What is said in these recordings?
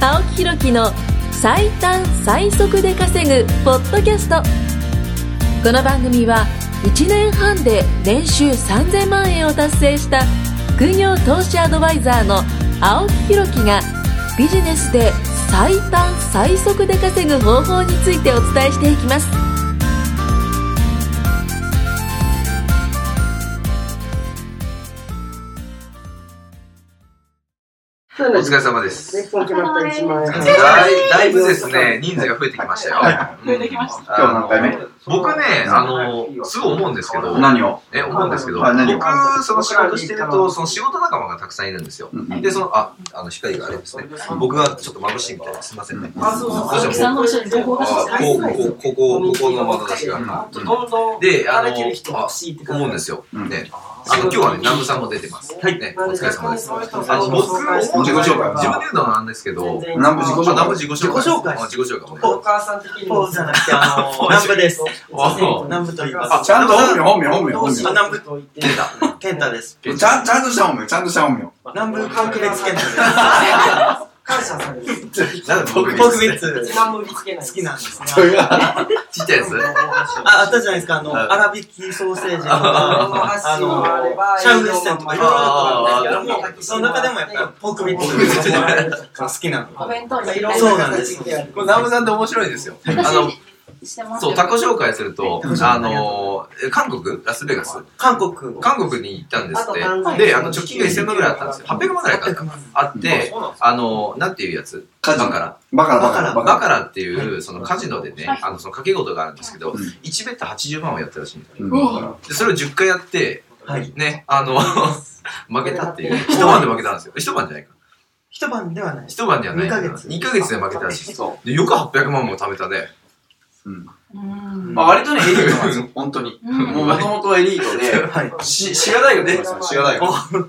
青木ひろきの最短最速で稼ぐポッドキャストこの番組は1年半で年収3000万円を達成した副業投資アドバイザーの青木ひろきがビジネスで最短最速で稼ぐ方法についてお伝えしていきますそうおなんです。疲れ様です。ね、今決まった1万円。だいだいぶですね、人数が増えてきましたよ。増えてきましたあの今日何回目僕ね、あの、すごい思うんですけど、何をえ、思うんですけど、はい何僕、その仕事してると、その仕事仲間がたくさんいるんですよ。で、その、あ、あの、光があれですね。僕がちょっと眩しいみたいですいませんね。あそうそうどうしても青木さんの後ろに情報があこう、こう、ここ、ここの窓出しがあってどんどん、で、あの、歩ける人あ欲しいって感じ思うんですよ。うんね、あの、今日はね、南部さんも出てます。はい。ね、お疲れ様です。あの、僕、思うんですけど自己紹介自分で言うのはなんですけど、南部自己紹介あ南部自己紹介。自己紹介あ自己紹介もね。お母さん的にそうもじゃなくて、あの、南部です。お南部と言いあまちゃんと本名、本名、本名、本す。あ、名。南部と出た。健太です。出ちゃたん、ちゃんとした本名、ちゃんとした本名。南部関係別健太です。感謝される。なんか僕、僕別何も売りつけない。好きなんですね。ちっちゃいやつあ、あったじゃないですか、あの、はい粗挽きソーセージとあのか、あ箸もあればの、シャウエッセンとかいろいろあったんですけども、その中でもやっぱりポークビッツが好きなの。お弁当いいろろんなんなそうなんです。これ、南部さんって面白いですよ。あの、してますそう、他己紹介すると他己紹、介あの、え韓国ラスベガス韓国、韓国に行ったんですっあと韓国て。で、あの、貯金が1000万ぐらいあったんですよ。800万ぐらいか800万あって、あの、なんていうやつカジノバカラ。バカラ、バカラ、ババカカラっていう、そのカジノでねはい、あの、その掛け事があるんですけどうん、 1ベット80万をやったらしいんですラ。よ。うんバカラで、それを10回やって、はい。ね、あの、 負けたっていう。一晩で負けたんですよ。一晩じゃないか。一晩ではない。一晩ではない。二ヶ月二ヶ月で負けたらしいです。そで、よく800万も貯めたね。うん。うんまあ割とね、エリートなんですよ、本当に。うんもうもともとエリートで、はい。し、滋賀大学出てますよ、滋賀大学。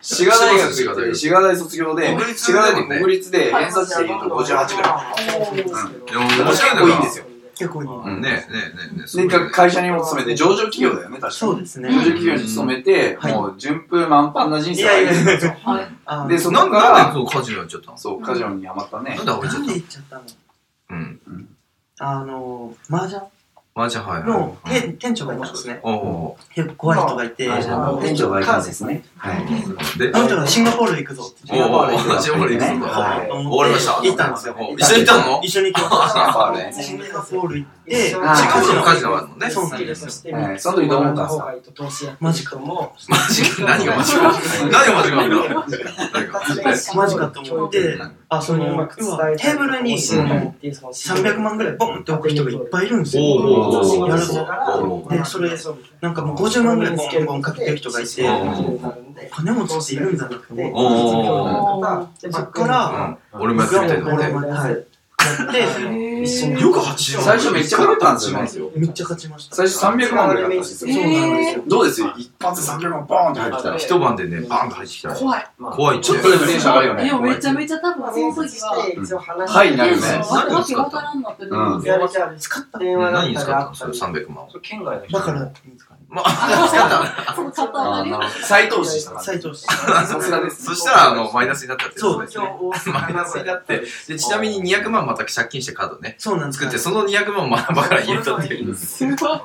滋賀大学行って、滋賀大卒業で国、立滋だ賀もんね大学国立で、偏差値で言うと58ぐらい。でも面結白いの構がいいんですよ。結構いいな。うんねえ、ねえ、ねえ、ねえ。すごいで、ねか会社にも勤めて、上場企業だよね、確かに。そうですね上。場企業に勤めて、はいもう順風満帆な人い生をやい歩んやでるんですよ。あで、ーそなこんかなんら、でこうカジノやっちゃったのそう、カジノにハマったねなん。であげちゃなっんたでの行っちゃったのうん。あの、麻雀マジはいはい。の店店長がいたんですね。おお結構怖い人がいて、まああの店長がいたんですね。はい。ー。で、あの人がシンガポール行くぞっておおー、マジ俺いくぞ。は終いわりました。行ったんですよ。お一緒に行ったの一緒に行きましシンガた。シンガポールねポール行って、シンガポールのカジノがあるのねそうなんですよ。はいその時どう思ったんですかかマジかもマジ何がマジか。何がマジか何がマジか。マジかと思って、あ、その、要はテーブルにうん300万ぐらいボンって置く人がいっぱいいるんですおよ。おーやるぞおでそれなんかもう50万ぐらいボンボンかけてる人がいて、お金持ちっているんだなって思って、おそっから、うん俺もやってみたいと思っ俺て。もはい。やって、よく80万。最初めっちゃ勝ったんですよね。めっちゃ勝ちました。最初300万ぐらいだったんですよ。そうなんですよどうですよ一発で300万ボーンって入ってきたら。一晩でね、バーンと入ってきたら。怖い。怖いって。ちょっとでもテンション上がるよでもね。めちゃめちゃ多分その時は、はいになテるンねションわわけわからんなってなりますやれちゃう使った電話だ何っにた使らっあたのったそれ300万を。県外のだから、いいんですかね。まあ、使ったのその方あはーねなるほど再投資したから。再投資。さすがです。そしたら、あの、マイナスになったってことです東京ね。大阪名古屋だったりで、ちなみに200万また借金してカードね、そうなんです作よって、その200万まだバから入れたっていう。すごい。ポー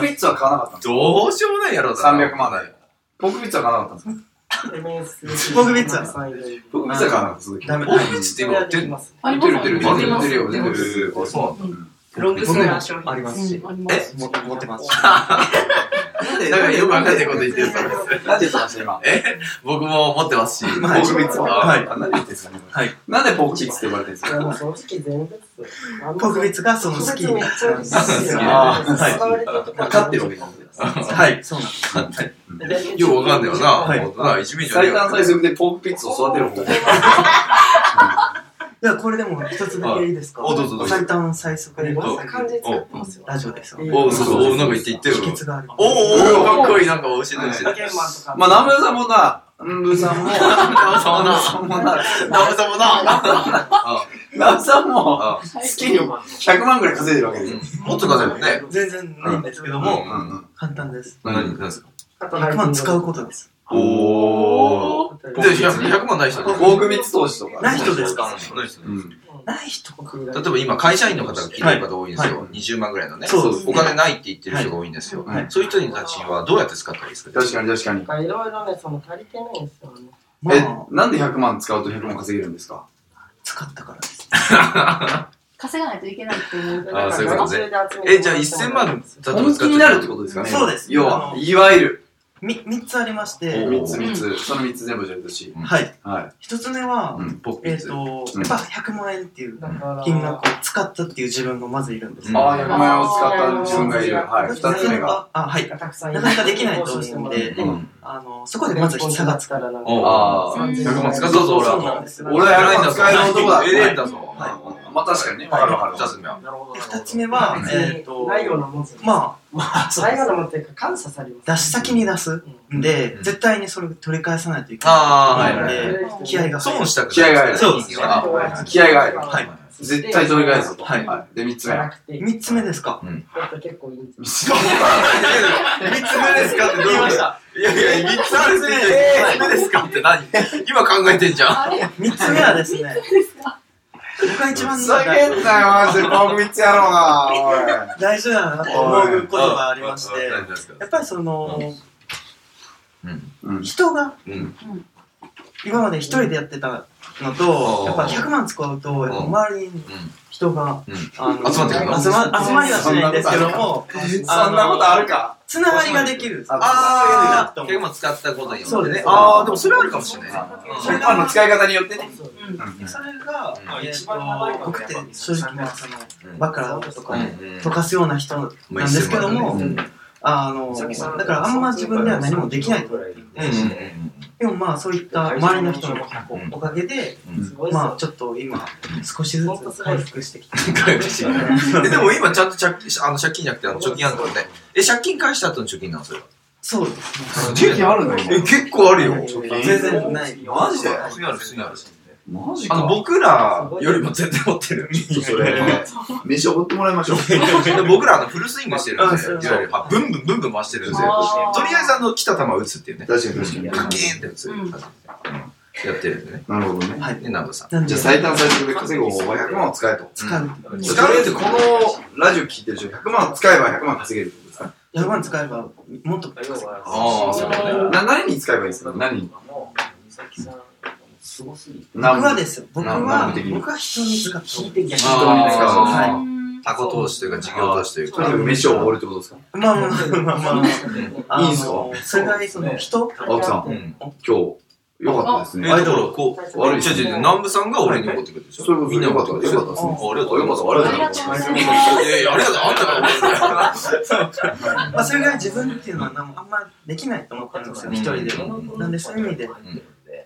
クビッツは買わなかったんですかどうしようもないやろうな。 300万だよ。ポークビッツは買わなかったんですか僕別だポークビッツは買わなかった鈴木ダメポークビッツって今売ってんのあり出るま出するよ出る出るよ出るね出て出まるす出るよそロングセラー商品ありますしう。んありますも持ってますし。なんう。でだからよくわかんないこと言ってるから。なんで言ってました今。え僕も持ってますし。ポはいークビッツは。はいあなんで言ってんすかねこれはいなんでポークビッツって呼ばれてるんですいやもうかその時全部特別がその好き。めっちゃ好きあーは勝ってるわけなんです。はい、そうなんです。いようわかんないよな。はい本当な、一面じゃねえよ最短最速でポークピッツを育てる方法。では、これでも一つだけいいですかあどうぞどうぞ最短最速で、どんな感じで使ってますよ。ラジオですよ。おう、そうそう、おう、なんか言って言ってよ秘。訣があります。おうおう、かっこいい、なんか教えてほしい。ラケンマンとか。まあ、ナムさんもな、ナムさんも、ナムさんもな。さんもな、ナムさんもな。ナムさんも、あ月に100万ぐらい稼いでるわけですよ。もっと稼いもね。全然ないんですけうどんも、簡単です。何、何ですかあと100万使うことです。おお。で、100万ない人です大組投資とか。ない人ですかない人ですうん。ない人が例えば今、会社員の方が聞いてる方多いんですよ。20万ぐらいのね。そうですお金ないって言ってる人が多いんですよはい。そういう人たちはどうやって使ったらいいですか確かに確かに。いろいろね、その足りてないんですよね。まえあ、なんで100万使うと100万稼げるんですか使ったからです稼がないといけないっていう。あーそういうこと学習で集めねてもらってもえ、じゃあ1000万、例えば使って本気になるってことですかね。そうです要あのは、いわゆる、み三つありましてお3つ3つ、その3つ全部教えてほしい。はいはい。一つ目はうん僕えっとうんやっぱ100万円っていうだから金額を使ったっていう自分がまずいるんですうんよああ、100万円を使った自分がいる。はい。な2かつ目なが。かあはいたくさんなかなかできないと思うんでう。うんあのそこでまず差がつくたらなんかおああ、ー100万使うそうぞ、そう俺そうなんはで。す俺は100万使える男だ。エレンだぞ。はいまあ確かにね。わかるわかる。 2つ目は。なるほど。で二つ目は別にえっとないようなもんですよまあまあそうないでようすなもんっていうか、感謝されます。出し先に出すんでうん絶対にそれを取り返さないといけないあはいはいで気合が入損るしたくない。気合が入るそうですよね。あはいー気合が入る。はい。絶対取り返すぞ。はいはい。で、3つじゃ目。なくて、三つ目ですかやっぱ結構いいんですよ。 3つ目三つ目ですかってどういうこといやいや、三つあるって言って三つ目ですかって何今考えてんじゃん。あれ三つ目はですね僕が一番大んなよ、マジで。パンクつやろうな、おい。大事だなと思うことがありまして何ですかやっぱりそのうん。うん。人がうん。今まで一人でやってたのとうんやっぱ100万使うとやっぱ周りに人がうんあの集まってくるの集ま集まりはしないんですけどもそんなことあるか。つながりができるあとあ、思う結構使ったことによってね。そうですああ、でもそれあるかもしれない。それあの、使い方によってね。うんでそれが、うんえー一と番長いのが僕って正直なそのうんバカラとかねうん溶かすような人なんですけども、うんうんあのだからあんま自分では何もできないと思っていて、でもまあそういった周りの人のおかげで、すごいまあちょっと今少しずつ回復してきて、えでも今ちゃんと借金あの借金じゃなくてあの貯金あるんだよね。え、借金返した後の貯金なんそれは。そうですね時期あるんだえ、よ。結構あるよ。え全然ないマジで普通にある、普通にある。マジあの、僕らよりも全然持ってる。それ。飯を奢ってもらいましょう。で僕らあのフルスイングしてるんあでそういわゆる、ブンブンブンブン回してるんですあよ。ーとりあえずあの、来た球を打つっていうね。確ガかに確かキーンって打つ感じで。うんやってるんでね。に。なるほどね。で、南部さん。なんじでゃあ最短最速で稼ぐ方法は100万を使えと。使うとりあえずこのラジオ聞いてる人100万使えば100万稼げるってことですか100万使えばもっとああ、そうだね。な何に使えばいいですか何にすごすぎて。僕はですよ僕何は部的に僕は人に使って聞いて逆人に使うあはタコ投資というか、事業投資というとにかくか。飯を奢るってことですかまあまあまあまあまああのいいんすかそれぐらいその人青木さん、うん今日、よかったですね。え、だからこう、悪いじゃじゃ南部さんが俺に怒ってくるでしょそういうことみんな怒ってくるでしょよかったですねあありがとうございます。ありがとうございます。いやいや、ありがとう。あんたが怒ってるまあ、それぐらい自分っていうのはなんもあんまできないと思ってるんですよ、一人では。なんでそういう意味で、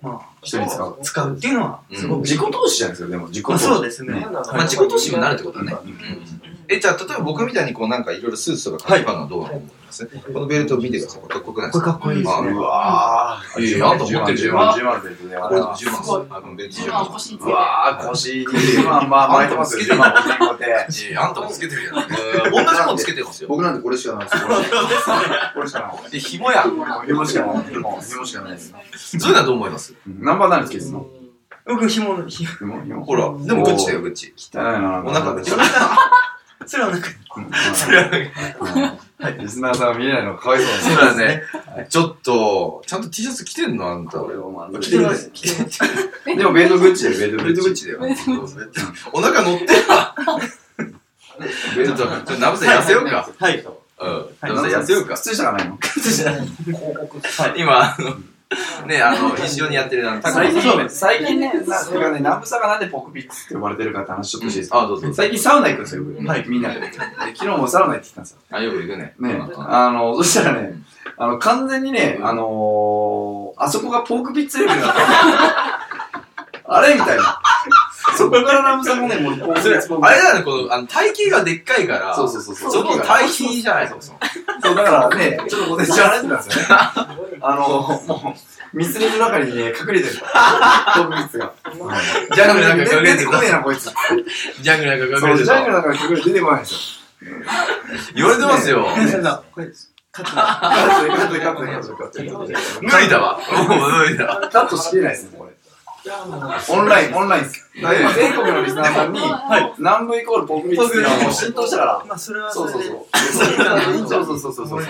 ま一人使うあ、。使うっていうのは、すごく、自己投資じゃないですか、でも自己ま投あ、資。そうですね。ままあ、自己投資にもなるってことだね。え、じゃあ、例えば僕みたいにこうなんかいろいろスーツとか買いパンのどうなの思いますこのベルトを見てください。これかっこよくないでこすれかかっこいいですうね。わあいやいやあんた持ってる10よ万、10万、10万ベルトで。こあれ10れは万です。あのベルト一10番万。腰につうけて。わぁ、腰に10万、まあ、巻いてますよ、10万、腰に持って。いやいやあんたもつけてるやん。同じもんつけてます よ。僕なんてこれしかないです。これしかない。で、紐や。紐しかない。紐、紐しかないです。そういうのはどう思いますナンバー何つけてんの僕、紐の、紐、紐、紐。ほら、でもグッチだよ、グッチ。汚いなお腹グッチ。それはなんか、はい。リスナーさんは見れないのがかわいそうですそうだね。ちょっと、ちゃんと T シャツ着てんのあんた。俺はまあ着てるね。でもベルトグッチだよ、ベルトベグルトグッッチ。チだよ。お腹乗ってるわ。ベちょルっと、トちょっと、ナブさん痩せようか。はい。うん。ナブさん痩せようか。靴下がないの今、あの、ね、あの、一緒にやってる、あの、タコ最の近、最近ね、なんかね、南部さんがなんでポクピッツって呼ばれてるかって話ちょっとしていいですかあ、どうぞ。最近サウナ行くんですよ、僕はいみんなで。で昨日もサウナ行ってきたんですよ。あ、よく行くね。ねうん、あの、そしたらね、あの、完全にね、うんあのー、あそこがポークピッツレベルだ った。あれみたいな。そこからラムさんがね、もうポークピそれッツ、ポークあれだね、この、あの、体型がでっかいから、そうそうそうそう。その対比じゃないですか。そう、だからね、ちょっと午前中荒れてたんですよね。あの、もう、密林の中にね、隠れてる。ポークピッツが。ジャングルなんか隠れて出てたこねえな、こいつ。ジャングルなんそう、ジャングルかの中に隠れて出てこないんですよ。言われてますよ。先生だ、これです。カット、カット、カット、カット、カット。脱いだわ。もう脱いだ。カットしきれないですね、これ。オンライン、オンラインです。全国のリスナーさんに、南部イコールポップミックスがもう浸透したから。まあ、それはそうそうそう。そうそうそうそうそう。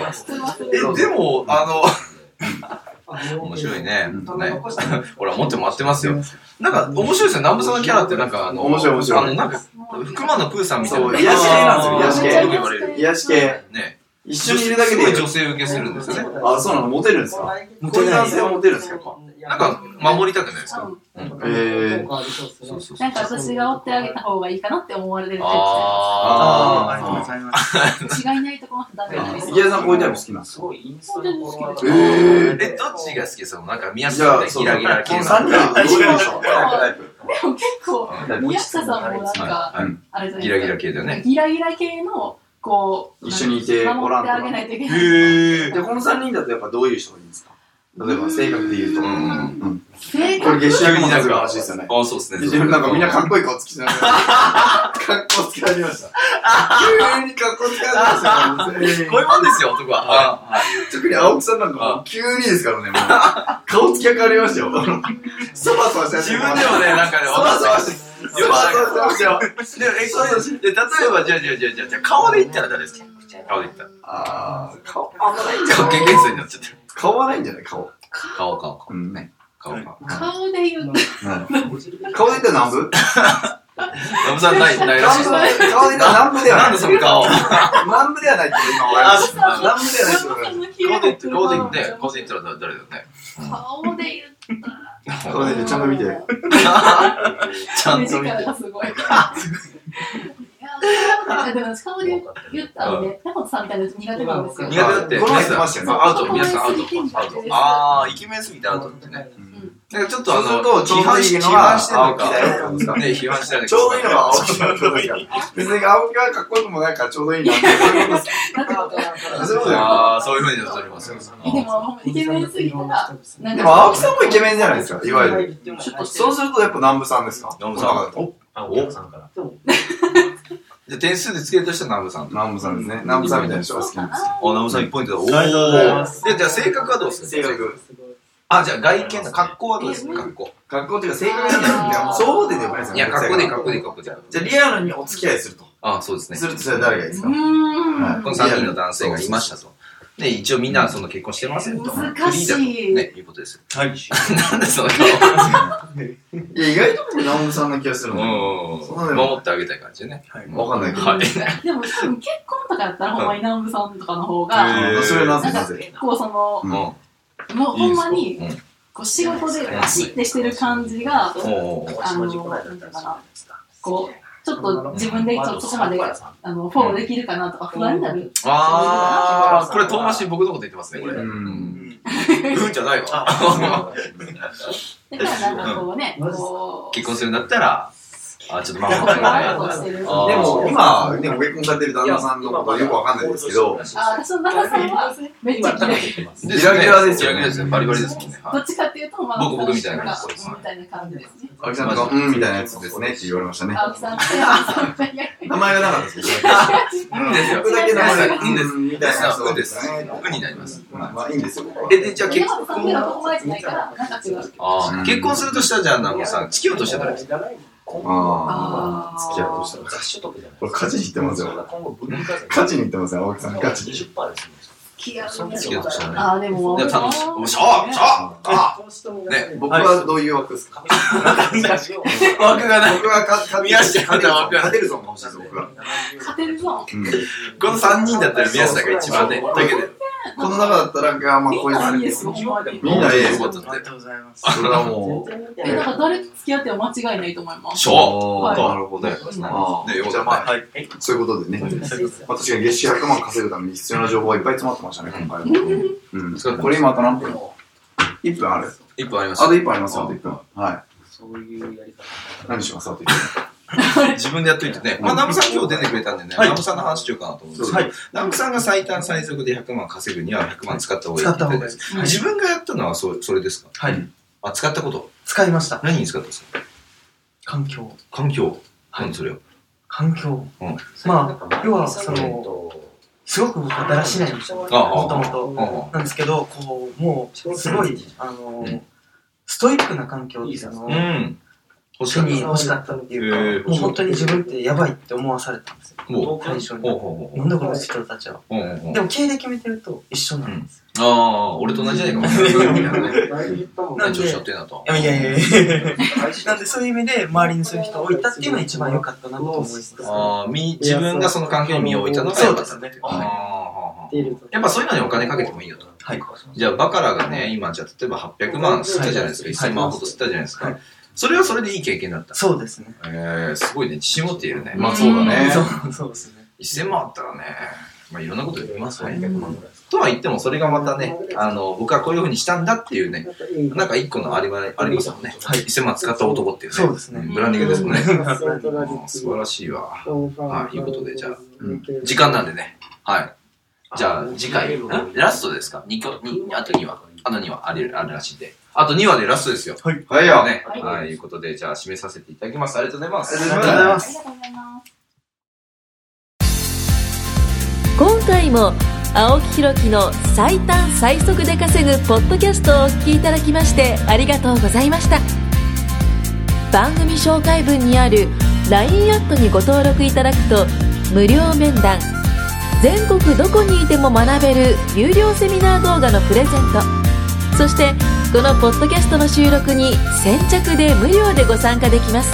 え、でも、ああの、面白ね。いね。 ね。残したのほら、もっと待ってますよ。なんか、面白いですよ。南部さんのキャラって、なんか、あの、面白い面白いあの、なんか、福間のプーさんみたいそな。う癒し系なんですよよ癒し系く言われる。癒し系、ね。一緒にいるだけでごい、女性受けするんですよね。あ、そうなのモテるんですかモこうテいうな男い性はモテるんですかやっぱ。なんか、守りたくないですかえーそうそうそなうんか私が追ってあげた方がいいかなって思われてるタイあああーあ、ありがとうございます。プです。違いないとこの人ダメになりそう池。田さんこういうタイプ好きなんですすかごいインスタのフォロワーえがー。え、どっちが好きですかなんか、宮じゃ下あ、みたいなそう、ギラギラこ系のな。三人はどういう人タイプでも結構、タイプ宮下さんもなんか、はいあれじゃないギラギでラ系だよすか。ね。ギラギラ系の、こう、一緒にいてお守らっんてとあかげないといけへない。で、この三人だとやっぱどういう人がいいんですか例えば性格で言うと。うんうんうん性これ格月収になる話ですよね。あ、そうですね。なんかみんなかっこいい顔つ きながら。かっこつけられました。急にかっこつけられま したよ。こういうもんですよ、男は。特に青木さんなんかもう急にですから ね、もう。顔つきが変わりましたよ。そばそばして自分でもね、なんかね、そばそばして。そばそばしてましたよ。でもえそうで例えば、じゃあ、じゃあ、じゃあ、じゃあじゃあ、顔で言ったら誰ですか顔で言ったら。あー、顔、あんまないんじゃ顔ない元数になっちゃってる。顔はないんじゃない顔。顔、顔、顔。うんね。顔、顔。顔で言うと、顔で言ったら南部ラブさんない、ないらしい。顔で言ったら南部ではななんいで。その顔。南部ではないって今終わりました。南部ではないってそ言われましの顔で言って、顔で言顔っでて、顔で言ったら誰だよね。顔で言うた顔で言ってちゃんと見て。ちゃんと見て。目力がすごい。いやでも私顔で言ったらね、山本さんみたいなやつ苦手なんですよ。苦手だって、この前出ましたよねアウト、皆さんアウト。アウト。あー、イケメンすぎてアウトってね。なんかちょっとあの、そうすると批判しちょうどい批いのは判してるのか青木だよってことですか。ね、批判してるのか。 ちょうどいいのが青木さんってことですから別に青木はかっこよくもないからちょうどいいなってそういうことです。そういうことだよあー、そういうふうになっておりますよ。でも、イケメンすぎたら、な んでかも青木さんもイケメンじゃないですか、いわゆる。ちょっとそうするとやっぱ南部さんですか南部さんおじゃあ点数でつけるとしたらナムさん。南部さんですね。南部さんみたいな人が好きなんです。お、ナムさん1ポイントだ。おありがとうございーまで、じゃあ性格はどうですか性格。あ、じゃあ外見、格好はどうですか格好。格好っていうか性格じゃないですか。そうででもないですよいね。や、格好でいい、格好でいい、格好でいい。じゃあリアルにお付き合いすると。あ、そうですねす。るとそれは誰がいいですうかーんこの3人の男性がいましたと。で、一応みんなその結婚してませんと。難しいフリーだとね、いうことですよ。はい。なんでそのいや、意外と僕南部さんな気がするの。顔そうなのうん。よ守ってあげたい感じね。はいわかんないけど。はい。でも、結婚とかやったら、ほんまに南部さんとかの方へが、ーそれはなんなかぜなぜ結構その、うんももうほんまにうん、こう仕事でバシッてしてる感じが、う、もう、あの、なんていうかな、こう、ちょっと自分でちょっとそこまで、あの、フォローできるかなとか不安になる。あー、これ遠回しに僕のこと言ってますね、これ。ううんん。うんじゃないわ。だからなんかこうね、こう、 結婚するんだったら、あ、ちょっと守っふてあげわたいーっとしてる。あーでも今、でも結婚されてる旦那さんのことはよくわかんないですけど、あ、私の旦那さんはめっちゃ嫌い。でギラギラですよギねラギラですよ。バリバリですもんね。はいどっちかっていうと、まあ、僕僕みたいな感じです私みたいな感じですね。青木さんとか、うんみたいなやつですねって言われましたね。青木さんって、青木さんが名前がなかったですけど。うんですよ。僕だけ名前が、うんです。うんみでたいすなな人うんでですす。ね。うんになります。まあまあいいんですよ、僕はえ、で、じゃあ結山本さん婚が友達ないから、なんか違う。あうーん結婚するとしたら、じゃあ、ナムさん、地球としては誰ですかああ、付き合うとしたら。これ、勝ちに行ってますよ。勝ちに行ってますよ、青木さん。勝ちに。嫌い地球としてはね。あー、でも、でも楽しい。おしゃーしゃああー僕はどういう枠ですかー枠がない。僕は勝て宮下勝てるは枠がない勝てるぞ、欲しいです、僕は。勝てるぞ。うんこの3人だったら宮下が一番ね。だけで。この中だったら、まあ、こう いうのあいるいけでどす、ほんまに。みんなええよかったあってりが。とうございます。それはもう。え、だから誰と付き合っても間違いないと思います。しょはいなるほど。あねよかっーじゃたあまあ、はい。そういうことでね。まあ、確かに月収100万稼ぐために必要な情報がいっぱい詰まってましたね、今回も。うん。これ今あと何分 ?1 分ある。う。一本ありあまとし1分ありますよ、あと1分。はい。そういうやり方。何しますあと1分。た。自分でやっといてね。まあ、ナムさん今日出てくれたんでね、はいナムさんの話しようかなと思うんですけど、はいナムさんが最短最速で100万稼ぐには100万使った方がいい使っってた言って方がたいいじゃないですかです。はい。自分がやったのはそそれですかはい。あ、使ったこと使いました。何に使ったんですか環境。環境。何それを。環境うん。まあ、要は、その、すごく僕はだらしないんですよ、ああもともうと。んうんなんですけど、こう、もう、すごい、あのうん、ストイックな環境っていうのをう、ん。欲し手かっに欲しかったっていうへーか、もう本当に自分ってやばいって思わされたんですよ、た。もう。最初にほう。ほうほなんだこの人たちは。う。うんうんうんでも、経歴見てると一緒なんです。ああ、俺と同じじゃないかもしれない。だいぶ言ったもんね な何ん調で子乗ってんだと。いやいやいやいやなんで、そういう意味で、周りにそういう人を置いたっていうのが一番良かったなと思います。ああ、み、自分がその環境に身を置いたのが良かったっていそうですねああはああ、いやっぱそういうのにお金かけてもいいよと。はい。じゃあ、バカラがね、今、じゃあ、例えば800万吸ったじゃないですか。1000万ほど吸ったじゃないですはかい。それはそれでいい経験だった。そうですね。ええ、すごいね、自信持って言えるね。まあそうだね。そうそうですね。 1000万あったらね、まあいろんなことできますね。うんとは言っても、それがまたね、あの、僕はこういうふうにしたんだっていうね、なんか一個のありま、ありますもんね。はい。1000万使った男っていうね。そうですねんブランディングですもんね。うん素素晴晴ららししいわ。い。はいいうことでじゃあうん、時間なんでね。はい。じゃあ、次回、んラストですか ?2 曲、にあと2話。あと2話ある、あるらしいんで。あと2話でラストですよ。はいよ。ね。はい。いうことで、じゃあ、締めさせていただきます。ありがとうございます。ありがとうございますありがとうございますあ。りがとうござ今回も青います。木ひろきの最短最速で稼ぐポッドキャストをお聞きいただきましてありがとうございました番組紹介文にある LINE アットにご登録いただくと無料面談全国どこにいても学べる有料セミナー動画のプレゼントそしてこのポッドキャストの収録に先着で無料でご参加できます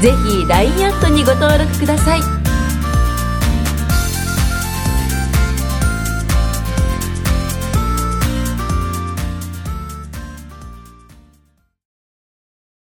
ぜひ LINE アットにご登録ください